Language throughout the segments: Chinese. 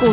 股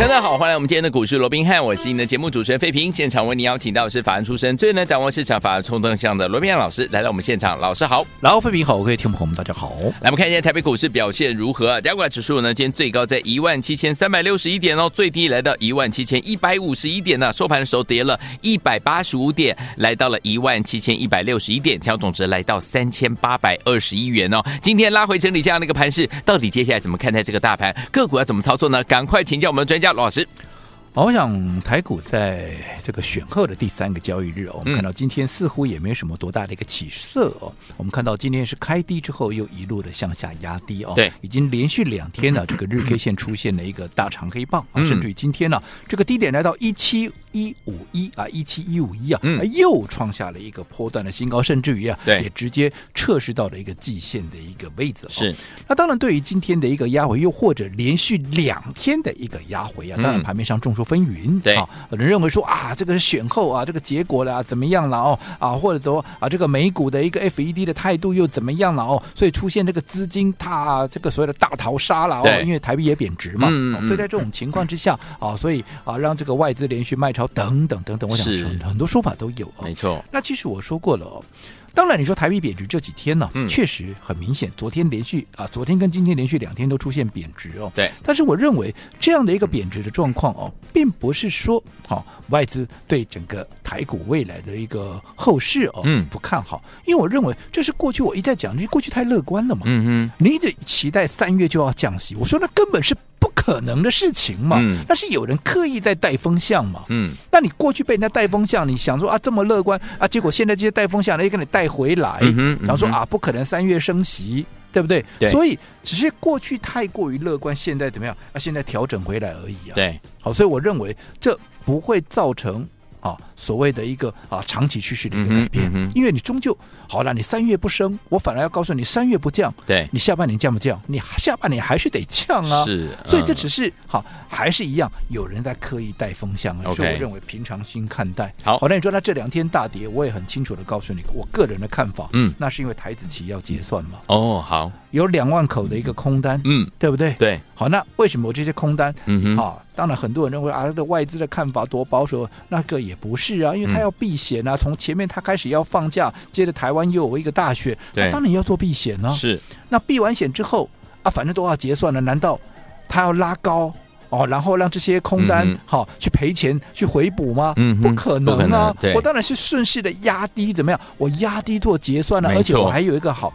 大家好，欢迎来我们今天的股市罗宾汉，我是你的节目主持人费平。现场为你邀请到的是法案出身、最能掌握市场法案冲动向的罗宾汉老师来到我们现场，老师好。然后，费平好，各位听众朋友们，大家好。来，我们看一下台北股市表现如何、啊？加管指数呢，今天最高在一万七千三百六十一点哦，最低来到一万七千一百五十一点呢、收盘的时候跌了一百八十五点，来到了一万七千一百六十一点，成交总值来到三千八百二十一元哦。今天拉回整理这样的一个盘势，到底接下来怎么看待这个大盘？个股要怎么操作呢？赶快请教我们的专家罗老师。好我想台股在这个选后的第三个交易日哦，我们嗯看到今天似乎也没有什么多大的一个起色哦。我们看到今天是开低之后又一路的向下压低哦，对已经连续两天呢，这个日 K 线出现了一个大长黑棒啊，嗯甚至于今天呢，这个低点来到一七一五一啊，一七一五一啊嗯，又创下了一个波段的新高，甚至于啊，对也直接测试到了一个季线的一个位置、哦。是，那当然，对于今天的一个压回，又或者连续两天的一个压回啊，当然嗯盘面上众说纷纭。对啊有人认为说啊，这个是选后啊，这个结果啦，怎么样了哦啊，或者说啊，这个美股的一个 FED 的态度又怎么样了哦，所以出现这个资金大这个所谓的大逃杀了哦对，因为台币也贬值嘛，嗯哦嗯所以在这种情况之下啊，所以啊，让这个外资连续卖超等等等等，我想是很很多说法都有哦。没错，那其实我说过了哦。当然，你说台币贬值这几天呢、嗯确实很明显。昨天连续啊，昨天跟今天连续两天都出现贬值哦。对但是我认为这样的一个贬值的状况哦，并不是说好、哦、外资对整个台股未来的一个后市哦、嗯不看好，因为我认为这是过去我一再讲，这过去太乐观了嘛。嗯你一直期待三月就要降息，我说那根本是不可能的事情嘛。嗯那是有人刻意在带风向嘛。嗯，那你过去被人家带风向，你想说啊这么乐观啊，结果现在这些带风向哎又给你带回来，嗯哼嗯哼想说啊不可能三月升息，对不对？对所以只是过去太过于乐观，现在怎么样？啊，现在调整回来而已啊。，对，好，所以我认为这不会造成。啊，所谓的一个啊长期趋势的一个改变，嗯哼嗯哼因为你终究好了，你三月不升，我反而要告诉你三月不降，对，你下半年降不降？你下半年还是得降啊。是，所以这嗯只是好，还是一样，有人在刻意带风向，啊 OK 所以我认为平常心看待。好那你说那这两天大跌，我也很清楚的告诉你，我个人的看法，嗯那是因为台子期要结算嘛，哦，好，有两万口的一个空单，嗯，对不对？。对，好，那为什么我这些空单？嗯哼啊，当然很多人认为啊，这外资的看法多保守，那个也不是啊，因为他嗯要避险啊，从前面他开始要放假，接着台湾又有一个大选，对那当然要做避险啊呢、是，那避完险之后啊，反正都要结算了，难道他要拉高哦，然后让这些空单嗯哼好、去赔钱去回补吗？嗯哼不可能不可能啊！对我当然是顺势的压低，怎么样？我压低做结算呢、没错而且我还有一个好，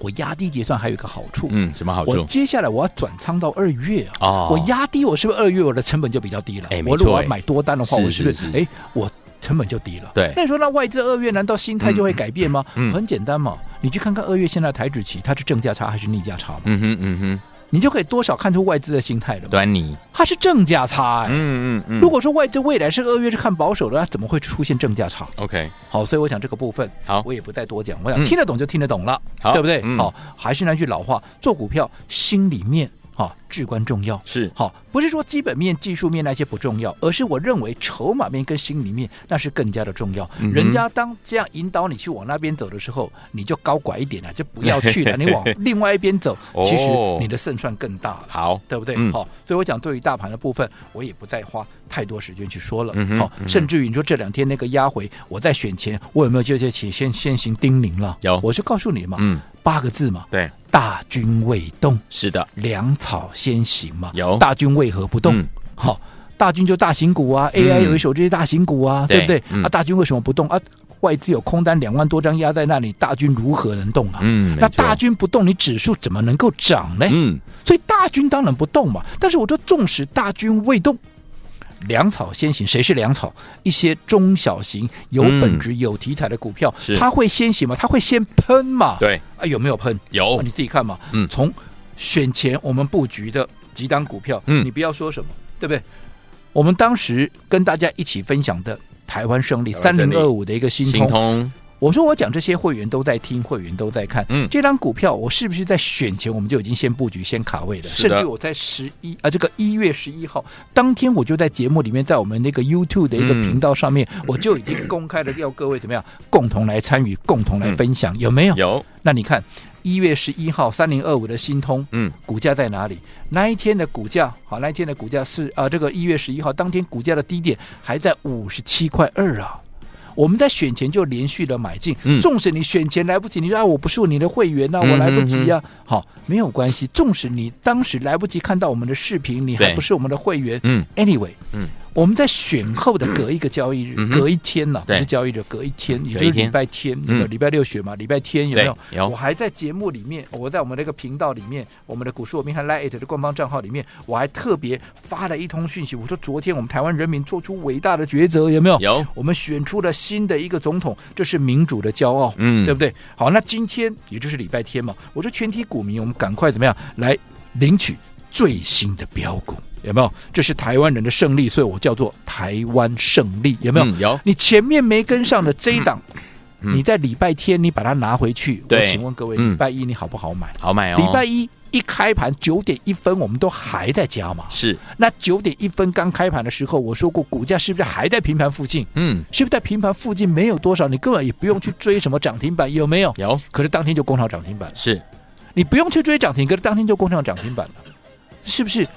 我压低结算还有一个好处，嗯，什么好我处？接下来我要转仓到二月啊。哦我压低，我是不是二月我的成本就比较低了？哎没错我如果哎要买多单的话，是我是不是是是哎我成本就低了？对那你说那外资二月难道心态就会改变吗？嗯嗯很简单嘛，你去看看二月现在台指期它是正价差还是逆价差嘛，嗯哼嗯哼，你就可以多少看出外资的心态了嘛。端倪，它是正价差哎、嗯嗯嗯如果说外资未来是二月是看保守的，那怎么会出现正价差？ OK，好，所以我想这个部分，好我也不再多讲。我想嗯听得懂就听得懂了，好对不对？嗯好，还是那句老话，做股票心里面啊至关重要。是，好，不是说基本面、技术面那些不重要，而是我认为筹码面跟心里面那是更加的重要。嗯哼人家当这样引导你去往那边走的时候，你就高拐一点了，就不要去 了，你往另外一边走，其实哦你的胜算更大了。好，对不对？好、嗯所以我讲对于大盘的部分，我也不再花太多时间去说了。好、嗯哼嗯哼甚至于你说这两天那个压回，我在选前，我有没有就就起先先行叮咛了？有我就告诉你嘛，嗯，八个字嘛，对，大军未动，是的，粮草先行嘛。有大军为何不动嗯？好、大军就大型股啊嗯，AI 有一手这些大型股啊，对对不对？嗯啊，大军为什么不动啊？外资有空单两万多张压在那里，大军如何能动啊？嗯，那没错大，哎军不动，你指数怎么能够涨呢？嗯，所以大军当然不动嘛。但是我说，纵使大军未动，粮草先行。谁是粮草？一些中小型、有本质、有题材的股票嗯是，它会先行嘛？它会先喷嘛？，对，啊，有没有喷？有啊你自己看嘛。嗯从选前我们布局的几档股票，嗯你不要说什么，对不对？我们当时跟大家一起分享的台湾胜利台湾三胜零利二五的一个新新通，通，我说我讲这些会员都在听，会员都在看，嗯这张股票我是不是在选前我们就已经先布局、先卡位了？是的甚至我在十一啊，这个一月十一号当天，我就在节目里面，在我们那个 YouTube 的一个嗯频道上面，我就已经公开的要各位怎么样，共同来参与，共同来嗯分享，有没有？有，那你看一月十一号三零二五的新通，嗯，股价在哪里？那一天的股价，好，那一天的股价是啊、呃这个一月十一号当天股价的低点还在五十七块二啊。我们在选前就连续的买进，嗯纵使你选前来不及，你说啊我不是你的会员呐、嗯我来不及啊，好没有关系，纵使你当时来不及看到我们的视频，你还对不是我们的会员嗯，anyway，嗯我们在选后的隔一个交易日，嗯哼隔一天呐、不对是交易日，隔一天，也隔就一是天礼拜天，有没有嗯礼拜六选嘛，礼拜天有没有？对有我还在节目里面，我在我们那个频道里面，我们的股市我们和 Lite 的官方账号里面，我还特别发了一通讯息，我说昨天我们台湾人民做出伟大的抉择，有没有？有，我们选出了新的一个总统，这是民主的骄傲，嗯对不对？好，那今天也就是礼拜天嘛，我说全体股民，我们赶快怎么样来领取最新的标股，有没有？这是台湾人的胜利，所以我叫做台湾胜利，有没有？嗯有，你前面没跟上的这一档，嗯你在礼拜天你把它拿回去，我对请问各位，嗯礼拜一你好不好买？好买哦，礼拜一。一开盘九点一分，我们都还在加嘛。是，那九点一分刚开盘的时候，我说过股价是不是还在平盘附近？嗯，是不是在平盘附近没有多少，你根本也不用去追什么涨停板，有没有？有，可是当天就攻上涨停板了，是，你不用去追涨停，可是当天就攻上涨停板了，是不是？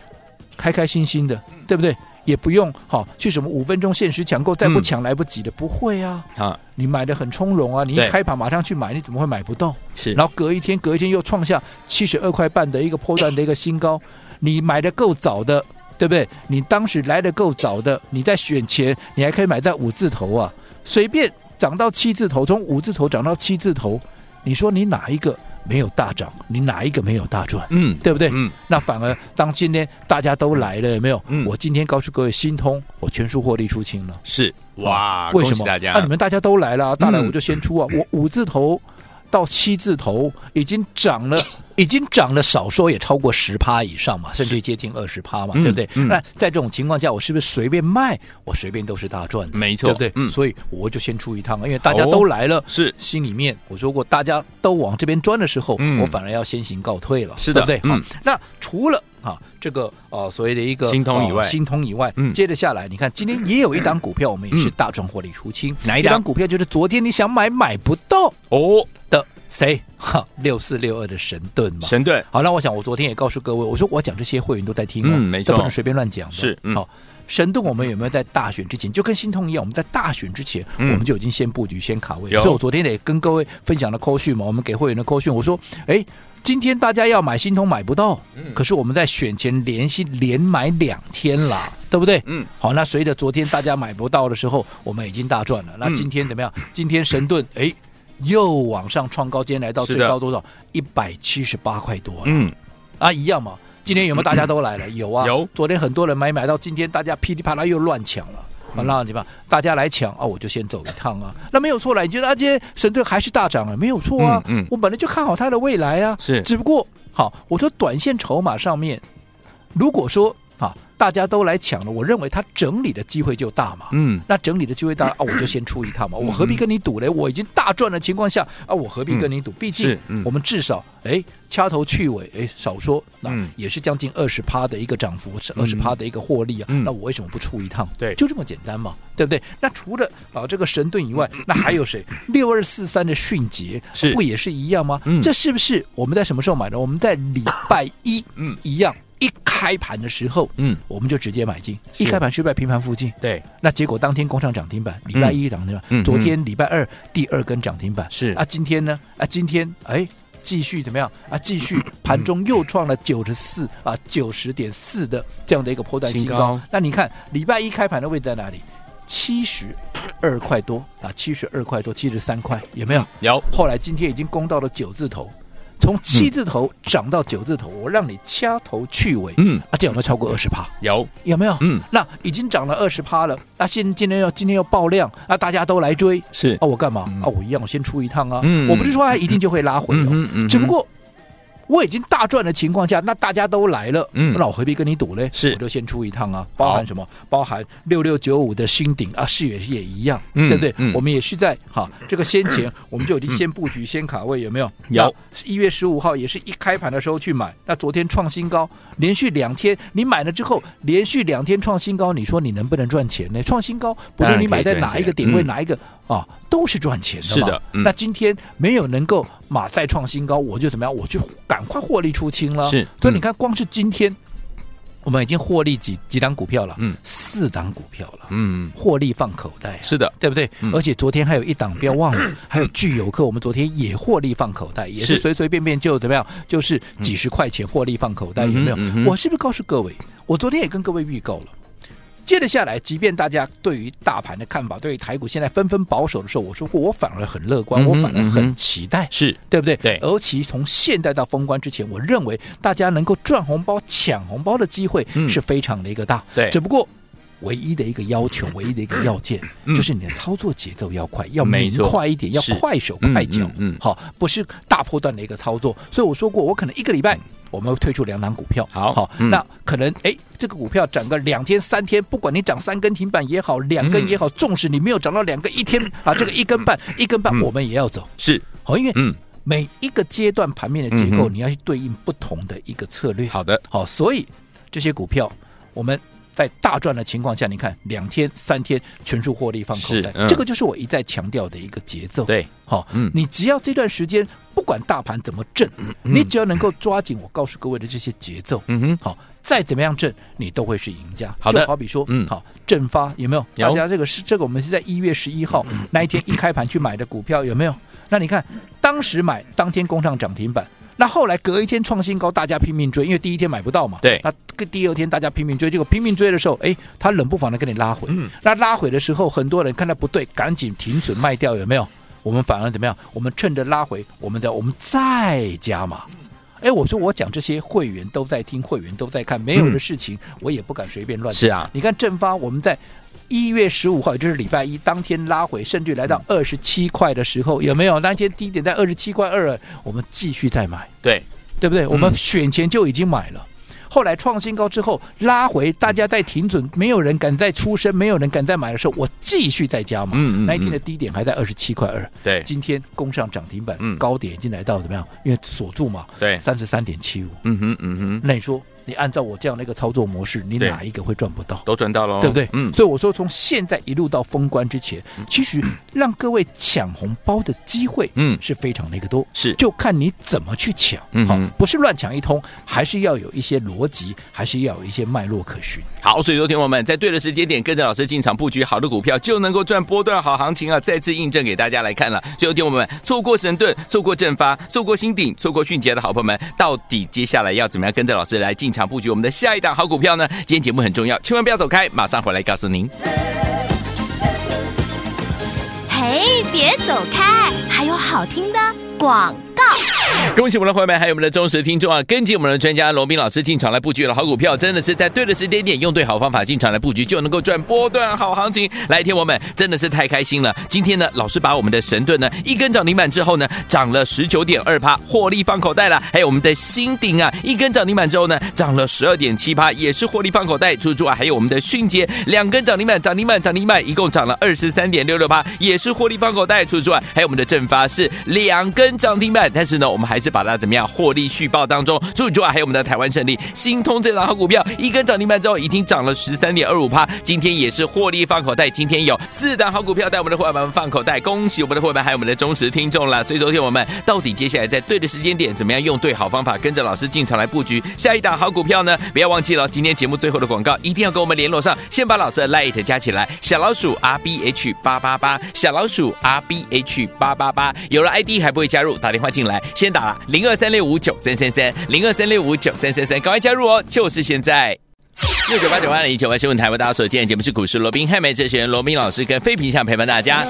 开开心心的，嗯对不对？也不用好去什么五分钟限时抢购，再不嗯抢来不及的，不会啊。啊，你买的很从容啊，你一对开盘马上去买，你怎么会买不到？是，然后隔一天，隔一天又创下七十二块半的一个波段的一个新高。你买的够早的，对不对？你当时来的够早的，你在选前，你还可以买在五字头啊，随便涨到七字头，从五字头涨到七字头，你说你哪一个没有大涨？你哪一个没有大赚？嗯，对不对？嗯，那反而当今天大家都来了，有没有？嗯我今天告诉各位，新通我全数获利出清了。是，哇，啊为恭什喜么？大家那、，你们大家都来了，大来嗯我就先出啊！ 我五字头到七字头已经涨了，已经涨了少说也超过十趴以上嘛，甚至接近二十趴嘛，嗯对不对？嗯那在这种情况下，我是不是随便卖，我随便都是大赚的？没错对不对？嗯哦所以我就先出一趟，啊因为大家都来了。是，心里面我说过，大家都往这边钻的时候，嗯我反而要先行告退了，是的对不对？嗯好，那除了啊这个呃所谓的一个新通以外呃新通以外，嗯接着下来，你看今天也有一档股票，我们也是嗯大赚获利出清，哪一档这档股票就是昨天你想买买不到哦，的谁？哈，六四六二的神盾嘛，神盾，好，那我想我昨天也告诉各位，我说我讲这些会员都在听、哦，嗯没错这不能随便乱讲的。是嗯好，神盾我们有没有在大选之前，就跟心痛一样，我们在大选之前，嗯我们就已经先布局、先卡位。有所以我昨天也跟各位分享了扣讯嘛，我们给会员的扣讯，我说，哎。今天大家要买新通买不到，嗯可是我们在选前连续连买两天啦，对不对？嗯，好，那随着昨天大家买不到的时候，我们已经大赚了。那嗯今天怎么样？今天神盾哎又往上创高，今天来到是最的高多少？一百七十八块多了。嗯，啊，一样嘛。今天有没有大家都来了？有啊，有昨天很多人买买到，今天大家噼里啪啦又乱抢了。嗯啊，那你们大家来抢啊，我就先走一趟啊，那没有错啦。你觉得啊，今天神盾还是大涨了，没有错啊。嗯嗯我本来就看好它的未来啊，是只不过好，我说短线筹码上面，如果说啊，大家都来抢了，我认为它整理的机会就大嘛。嗯，那整理的机会大啊，我就先出一趟嘛，我何必跟你赌嘞？我已经大赚的情况下啊，我何必跟你赌？毕竟是嗯我们至少哎掐头去尾哎少说那嗯也是将近二十趴的一个涨幅，是二嗯十趴的一个获利啊。嗯那我为什么不出一趟？对就这么简单嘛，对不对？那除了啊这个神盾以外，那还 有谁？六二四三的迅捷嗯是不也是一样吗嗯？这是不是我们在什么时候买的？我们在礼拜一嗯一样一开盘的时候，嗯，我们就直接买进，是一开盘是不是在平盘附近？对，那结果当天工上涨停板，礼拜一涨停板，嗯嗯昨天礼拜二第二根涨停板是啊，今天呢啊，今天哎。继续怎么样啊？继续盘中又创了九十四啊九十点四的这样的一个波段新新高。高那你看礼拜一开盘的位置在哪里？七十二块多啊，七十二块多，七十三块有没有？有，后来今天已经攻到了九字头，从七字头涨到九字头，我让你掐头去尾、嗯，啊，这有没有超过二十趴？有，有没有？嗯，那已经涨了二十趴了，那现今天要今天要爆量，啊，大家都来追啊，是，我干嘛、嗯啊？我一样，我先出一趟啊，嗯我不是说它一定就会拉回哦，嗯嗯嗯只不过我已经大赚的情况下，那大家都来了，嗯那我何必跟你赌嘞？是我就先出一趟啊，包含什么？包含六六九五的新鼎啊，视野也一样，嗯对不对？嗯我们也是在 哈这个先前，我们就已经先布局、先卡位，有没有？有。一月十五号也是一开盘的时候去买，那昨天创新高，连续两天，你买了之后，连续两天创新高，你说你能不能赚钱呢？创新高，不论你买在哪一个点位，当然可以赚钱嗯哪一个啊，都是赚钱的嘛。是的嗯那今天没有能够马再创新高，我就怎么样？我就赶快获利出清了。是所以嗯你看，光是今天。我们已经获利几几档股票了，嗯，四档股票了，嗯，获利放口袋、啊，是的，对不对？嗯而且昨天还有一档，不要 忘了，还有聚友客，我们昨天也获利放口袋，也是是嗯随随便便就怎么样，就是几十块钱获利放口袋，嗯哼有没有嗯哼？我是不是告诉各位，我昨天也跟各位预告了。接着下来，即便大家对于大盘的看法，对于台股现在纷纷保守的时候，我说过我反而很乐嗯观，哼我反而嗯很哼期待，是对不对？对尤其从现在到封关之前，我认为大家能够赚红包、抢红包的机会嗯是非常的一个大。对只不过唯一的一个要求，唯一的一个要件，嗯就是你的操作节奏要快，要没明错快一点，要是快手嗯快脚。嗯嗯好，不是大波段的一个操作。所以我说过，我可能一个礼拜。我们会推出两档股票，嗯好好，嗯那可能哎，这个股票涨个两天三天，不管你涨三根停板也好，两根也好，纵使你没有涨到两根，一天啊，这个一根半，一根半，嗯嗯我们也要走，是，好，因为嗯，每一个阶段盘面的结嗯构，哼你要去对应不同的一个策略。好的，好，所以这些股票我们。在大赚的情况下，你看两天、三天全数获利放口袋是，嗯这个就是我一再强调的一个节奏。，对，好、嗯你只要这段时间不管大盘怎么震，你只要能够抓紧我告诉各位的这些节奏，嗯哼，好，再怎么样挣，你都会是赢家。好的就好比说，嗯好，正发有没有？有大家这个是这个，我们是在一月十一号嗯那一天一开盘去买的股票，有没有？那你看，当时买，当天攻上涨停板。那后来隔一天创新高，大家拼命追，因为第一天买不到嘛。对那跟第二天大家拼命追，结果拼命追的时候，哎，他冷不防的跟你拉回。嗯。那拉回的时候，很多人看到不对，赶紧停损卖掉，有没有？我们反而怎么样？我们趁着拉回，我们再我们再加码。哎，我说我讲这些会员都在听，会员都在看，没有嗯的事情我也不敢随便乱讲。是啊，你看正发，我们在一月十五号，也就是礼拜一当天拉回，甚至来到嗯二十七块的时候，有没有？那天低点在二十七块二，我们继续再买，对，对不对？嗯我们选前就已经买了。后来创新高之后拉回，大家在停准，没有人敢再出声，没有人敢再买的时候，我继续再加码。嗯嗯嗯那一天的低点还在二十七块二，对，今天攻上涨停板，嗯高点已经来到怎么样？因为锁住嘛，对三十三点七五。嗯哼，嗯哼，那你说，你按照我这样的一个操作模式，你对哪一个会赚不到？都赚到喽，对不对？嗯，所以我说，从现在一路到封关之前，其实让各位抢红包的机会，嗯是非常的一个多，是就看你怎么去抢，嗯好哼，不是乱抢一通，还是要有一些逻辑，还是要有一些脉络可循。好，所以昨天我们在对的时间点跟着老师进场布局好的股票，就能够赚波段好行情啊！再次印证给大家来看了。所以有天我们错过神盾，错过正发，错过新鼎，错过迅捷的好朋友们，到底接下来要怎么样跟着老师来进场布局我们的下一档好股票呢？今天节目很重要，千万不要走开，马上回来告诉您。嘿，别走开，还有好听的广告。 恭喜我们的会员们，还有我们的忠实听众啊！跟紧我们的专家罗斌老师进场来布局了好股票，真的是在对的时间点，用对好方法进场来布局，就能够赚波段好行情。来，天我们真的是太开心了！今天呢，老师把我们的神盾呢一根涨停板之后呢，涨了十九点二趴，获利放口袋了；还有我们的新鼎啊，一根涨停板之后呢，涨了十二点七趴，也是获利放口袋。猪猪啊，还有我们的迅捷两根涨停板，涨停板，涨停板，一共涨了二十三点六六趴，也是获利放口袋。除此之外，还有我们的正发是两根涨停板，但是呢，我们还是把它怎么样获利续报当中。除此之外，还有我们的台湾胜利新通这档好股票，一根涨停板之后已经涨了十三点二五趴，今天也是获利放口袋。今天有四档好股票带我们的伙伴们放口袋，恭喜我们的伙伴还有我们的忠实听众啦。所以昨天我们到底接下来在对的时间点，怎么样用对好方法，跟着老师进场来布局下一档好股票呢？不要忘记了，今天节目最后的广告一定要跟我们联络上，先把老师的 Lite 加起来，小老鼠 R B H 八八八，小老鼠 R B H 八八八，有了 ID 还不会加入，打电话进来，先打零二三六五九三三三零二三六五九三三三，赶快加入哦，就是现在。六九八九八零九八新闻台为大家所见，节目是股市罗宾汉美哲学员罗宾老师跟费平想陪伴大家。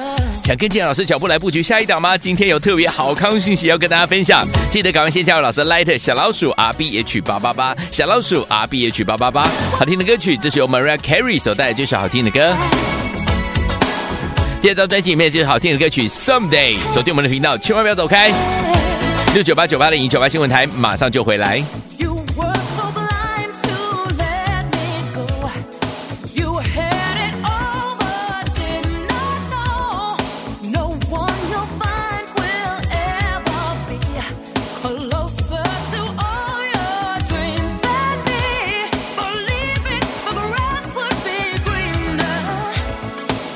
想跟建老师脚步来布局下一档吗？今天有特别好康讯息要跟大家分享，记得赶快先加入老师 Light 小老鼠 R B H 八八八小老鼠 R B H 八八八，好听的歌曲，这是由 Mariah Carey 所带来这首好听的歌。第二张专辑里面就是好听的歌曲《Someday》，锁定我们的频道，千万不要走开。六九八九八零九八新闻台马上就回来。 You were so blind to let me go. You had it all, but did not know. No one you'll find will ever be closer to all your dreams than me. Believing the grass would be greener.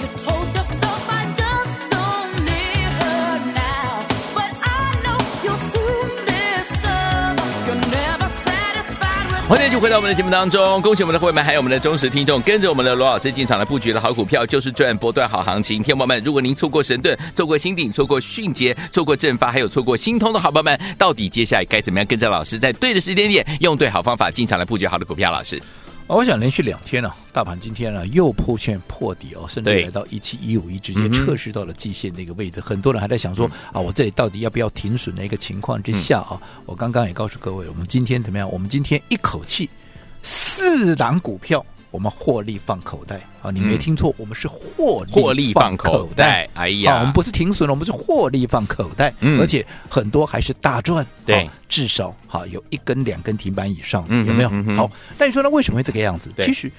You told yourself I just don't need her now, but I know you'll soon discover you're never satisfied with. 欢迎继续回到我们的节目当中，恭喜我们的会员们，还有我们的忠实听众，跟着我们的罗老师进场来布局的好股票，就是赚波段好行情。天宝们，如果您错过神盾、错过新鼎、错过迅捷、错过正发，还有错过新通的好朋友们，到底接下来该怎么样跟着老师，在对的时间点，用对好方法进场来布局好的股票？老师，哦我想连续两天了、大盘今天呢、啊又破线破底哦，甚至对来到一七一五一，直接嗯哼嗯测试到了季线的一个位置。很多人还在想说、啊，我这里到底要不要停损的一个情况之下啊？嗯我刚刚也告诉各位，我们今天怎么样？我们今天一口气四档股票。我们获利放口袋啊！你嗯没听错，我们是获利获利放口袋，哎啊好，我呀们，不是停损了，我们是获利放口袋，嗯而且很多还是大赚，对好至少好有一根两根停板以上，嗯有没有嗯嗯？嗯好，但你说呢？为什么会这个样子？对其实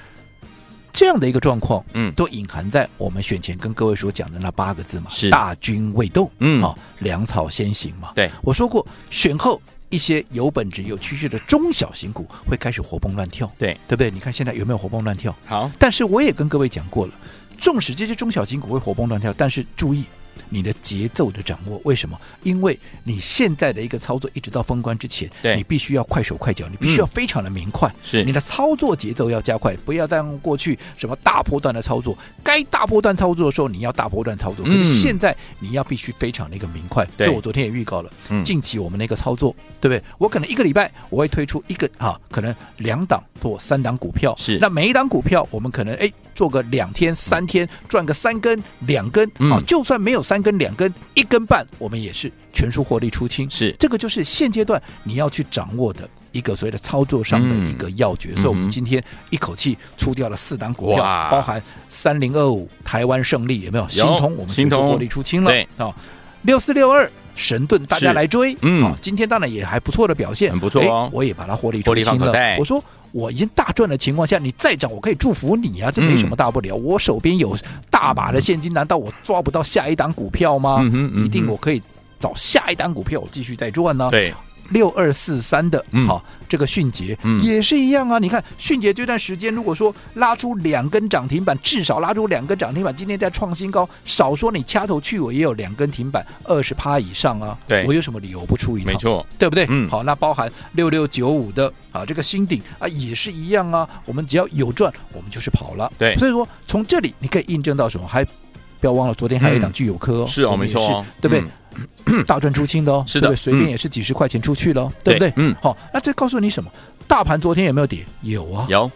这样的一个状况，嗯都隐含在我们选前跟各位所讲的那八个字嘛，是大军未动，嗯好，粮草先行嘛，对，我说过选后。一些有本质、有趋势的中小型股会开始活蹦乱跳，对对不对？你看现在有没有活蹦乱跳？好，但是我也跟各位讲过了，纵使这些中小型股会活蹦乱跳，但是注意你的节奏的掌握。为什么？因为你现在的一个操作，一直到封关之前，对你必须要快手快脚，你必须要非常的明快。是你的操作节奏要加快，不要再用过去什么大波段的操作。该大波段操作的时候，你要大波段操作。可嗯是现在你要必须非常的一个明快。对所以我昨天也预告了，嗯近期我们的一个操作，对不对？我可能一个礼拜我会推出一个啊，可能两档或三档股票。是那每一档股票我们可能哎做个两天三天，赚个三根两根嗯啊，就算没有三根两根，一根半，我们也是全数获利出清。是这个就是现阶段你要去掌握的一个所谓的操作上的一个要诀。嗯所以我嗯们哼今天一口气出掉了四档股票哇，包含三零二五台湾胜利有没有？新通我们新全通数获利出清了对啊，六四六二。神盾，大家是来追，嗯啊今天当然也还不错的表现，很不错哦哎我也把它获利获出利放清口了袋。我说我已经大赚的情况下，你再涨，我可以祝福你啊，这没什么大不嗯了。我手边有大把的现金，难道我抓不到下一档股票吗？嗯哼嗯哼一定我可以找下一档股票，我继续再赚呢、对，六二四三的，好、嗯这个迅捷、嗯也是一样啊。你看迅捷这段时间，如果说拉出两根涨停板，至少拉出两根涨停板，今天在创新高，少说你掐头去尾也有两根停板，二十趴以上啊。对我有什么理由不出一趟？没错，对不对？嗯好，那包含六六九五的啊，这个新顶啊也是一样啊。我们只要有赚，我们就是跑了。对所以说从这里你可以印证到什么？还不要忘了昨天还有一档具有科、哦是哦，我没们也错哦，对不对？嗯？ 大赚出清的哦，是的对不对随便嗯也是几十块钱出去了哦，对不对对？嗯好、那这告诉你什么？大盘昨天有没有跌？有啊，有，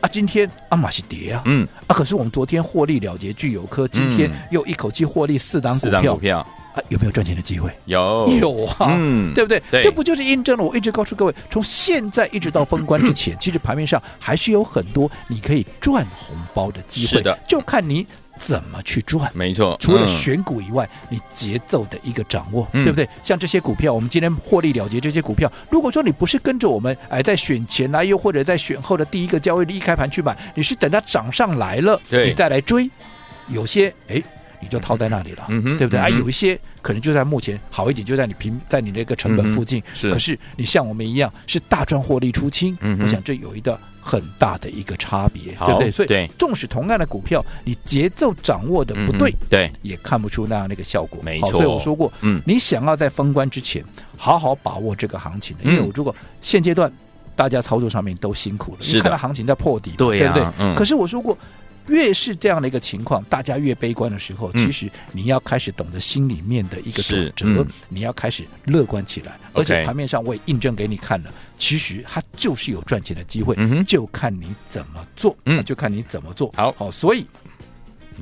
啊，今天阿玛是跌啊，嗯，啊，可是我们昨天获利了结具有科，今天嗯又一口气获利四档股四档票股，票啊，有没有赚钱的机会？有，有啊，哦嗯对不对？对这不就是印证了我一直告诉各位，从现在一直到封关 之前，其实盘面上还是有很多你可以赚红包的机会，是的就看你怎么去赚。没错，除了嗯选股以外，你节奏的一个掌握，嗯对不对？像这些股票，我们今天获利了结这些股票，如果说你不是跟着我们，哎，在选前来，又或者在选后的第一个交易日一开盘去买，你是等它涨上来了，对你再来追，有些哎。你就套在那里了，嗯哼对不对？啊，嗯哼有一些可能就在目前好一点，就在你平在你那个成本附近。是可是你像我们一样是大赚获利出清，嗯哼我想这有一个很大的一个差别，好对不对？所以，对纵使同样的股票，你节奏掌握的嗯不对，嗯对，也看不出那样的一个效果。没好错所以我说过，嗯你想要在封关之前好好把握这个行情的，因为嗯我如果现阶段大家操作上面都辛苦了，是的你看到行情在破底嘛，对对呀不对？嗯可是我说过。越是这样的一个情况，大家越悲观的时候，嗯其实你要开始懂得心里面的一个转是折，嗯你要开始乐观起来。 OK 而且盘面上我也印证给你看了，其实它就是有赚钱的机会，嗯哼就看你怎么做，嗯就看你怎么做。好好，所以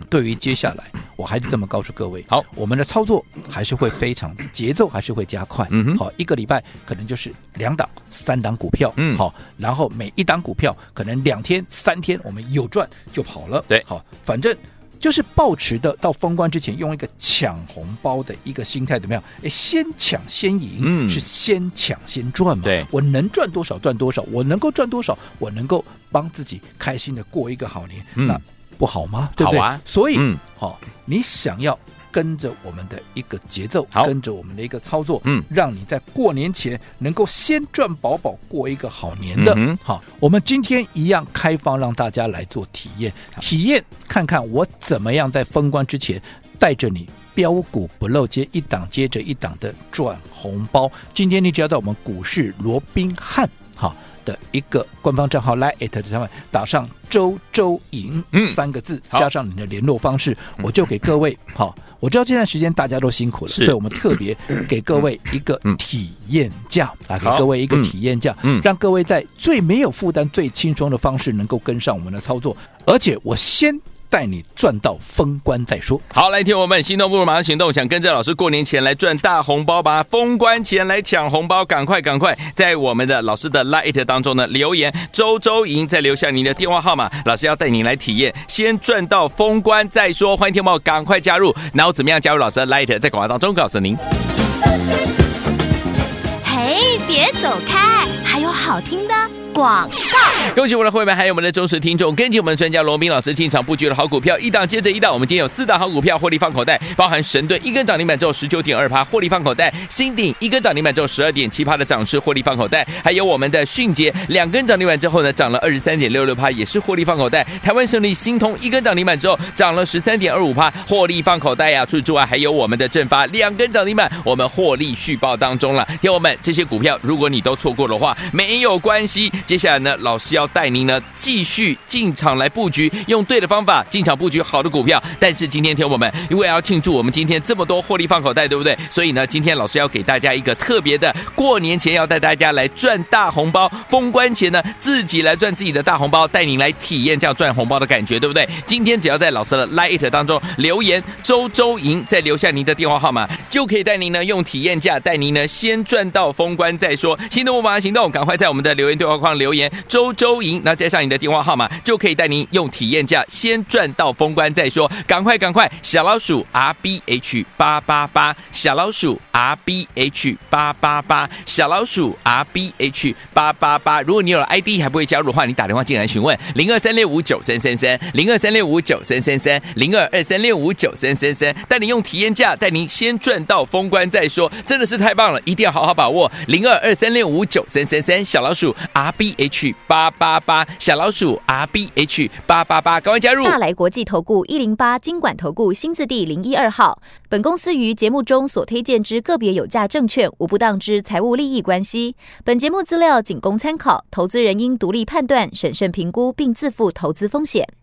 对于接下来，我还是这么告诉各位，好我们的操作还是会非常节奏，还是会加快。嗯哼好，一个礼拜可能就是两档、三档股票，嗯好，然后每一档股票可能两天、三天，我们有赚就跑了，对好，反正。就是抱持的到封关之前用一个抢红包的一个心态，怎么样？哎，先抢先赢，嗯是先抢先赚嘛。对我能赚多少赚多少，我能够赚多少，我能够帮自己开心的过一个好年，嗯那不好吗？对不对？好啊所以，好、嗯你想要。跟着我们的一个节奏好，跟着我们的一个操作，嗯让你在过年前能够先赚饱饱，过一个好年的。嗯哼好，我们今天一样开放让大家来做体验，体验看看我怎么样在封关之前带着你。标股不漏接，一档接着一档的赚红包。今天你只要到我们股市罗宾汉好的一个官方账号来 at 上面打上“周周赢”嗯三个字，好加上你的联络方式，我就给各位好。我知道这段时间大家都辛苦了，是所以我们特别给各位一个嗯体验价啊，给好各位一个嗯体。体验价，嗯让各位在最没有负担、最轻松的方式能够跟上我们的操作，而且我先带你赚到封关再说。好，来听我们心动不如马上行动，想跟着老师过年前来赚大红包吧！封关前来抢红包，赶快赶快，在我们的老师的 Light 当中呢留言周周赢，再留下您的电话号码，老师要带您来体验，先赚到封关再说。欢迎听众朋友赶快加入，然后怎么样加入老师的 Light，在广告当中告诉您。嘿，别走开，还有好听的广。 恭喜我们的会员，还有我们的忠实听众，跟紧我们的专家罗斌老师进场布局的好股票，一档接着一档。我们今天有四档好股票获利放口袋，包含神盾一根涨停板之后十九点二趴获利放口袋，新鼎一根涨停板之后十二点七趴的涨势获利放口袋，还有我们的迅捷两根涨停板之后呢涨了二十三点六六趴，也是获利放口袋。台湾胜利新通一根涨停板之后涨了十三点二五趴，获利放口袋呀、除此之外，啊还有我们的正发两根涨停板，我们获利续报当中了。听我们这些股票，如果你都错过的话，没有关系。接下来呢，老师要带您呢继续进场来布局，用对的方法进场布局好的股票。但是今天听我们，因为要庆祝我们今天这么多获利放口袋，对不对？所以呢，今天老师要给大家一个特别的，过年前要带大家来赚大红包，封关前呢自己来赚自己的大红包，带您来体验这样赚红包的感觉，对不对？今天只要在老师的 Light 当中留言“周周赢”，再留下您的电话号码，就可以带您呢用体验价带您呢先赚到封关再说。心动不马上行动，赶快在我们的留言对话框留言“周周赢”，那加上你的电话号码，就可以带您用体验价先赚到封关再说。赶快赶快，小老鼠 R B H 八八八，小老鼠 R B H 八八八，小老鼠 R B H 八八八。如果你有了 ID 还不会加入的话，你打电话进来询问零二三六五九三三三零二三六五九三三三零二二三六五九三三三，带你用体验价带您先赚到封关再说，真的是太棒了，一定要好好把握零二二三六五九三三三小老鼠 R B H 八八八，小老鼠 R B H 八八八，赶快加入。大来国际投顾一零八金管投顾新字第零一二号。本公司于节目中所推荐之个别有价证券，无不当之财务利益关系。本节目资料仅供参考，投资人应独立判断、审慎评估，并自负投资风险。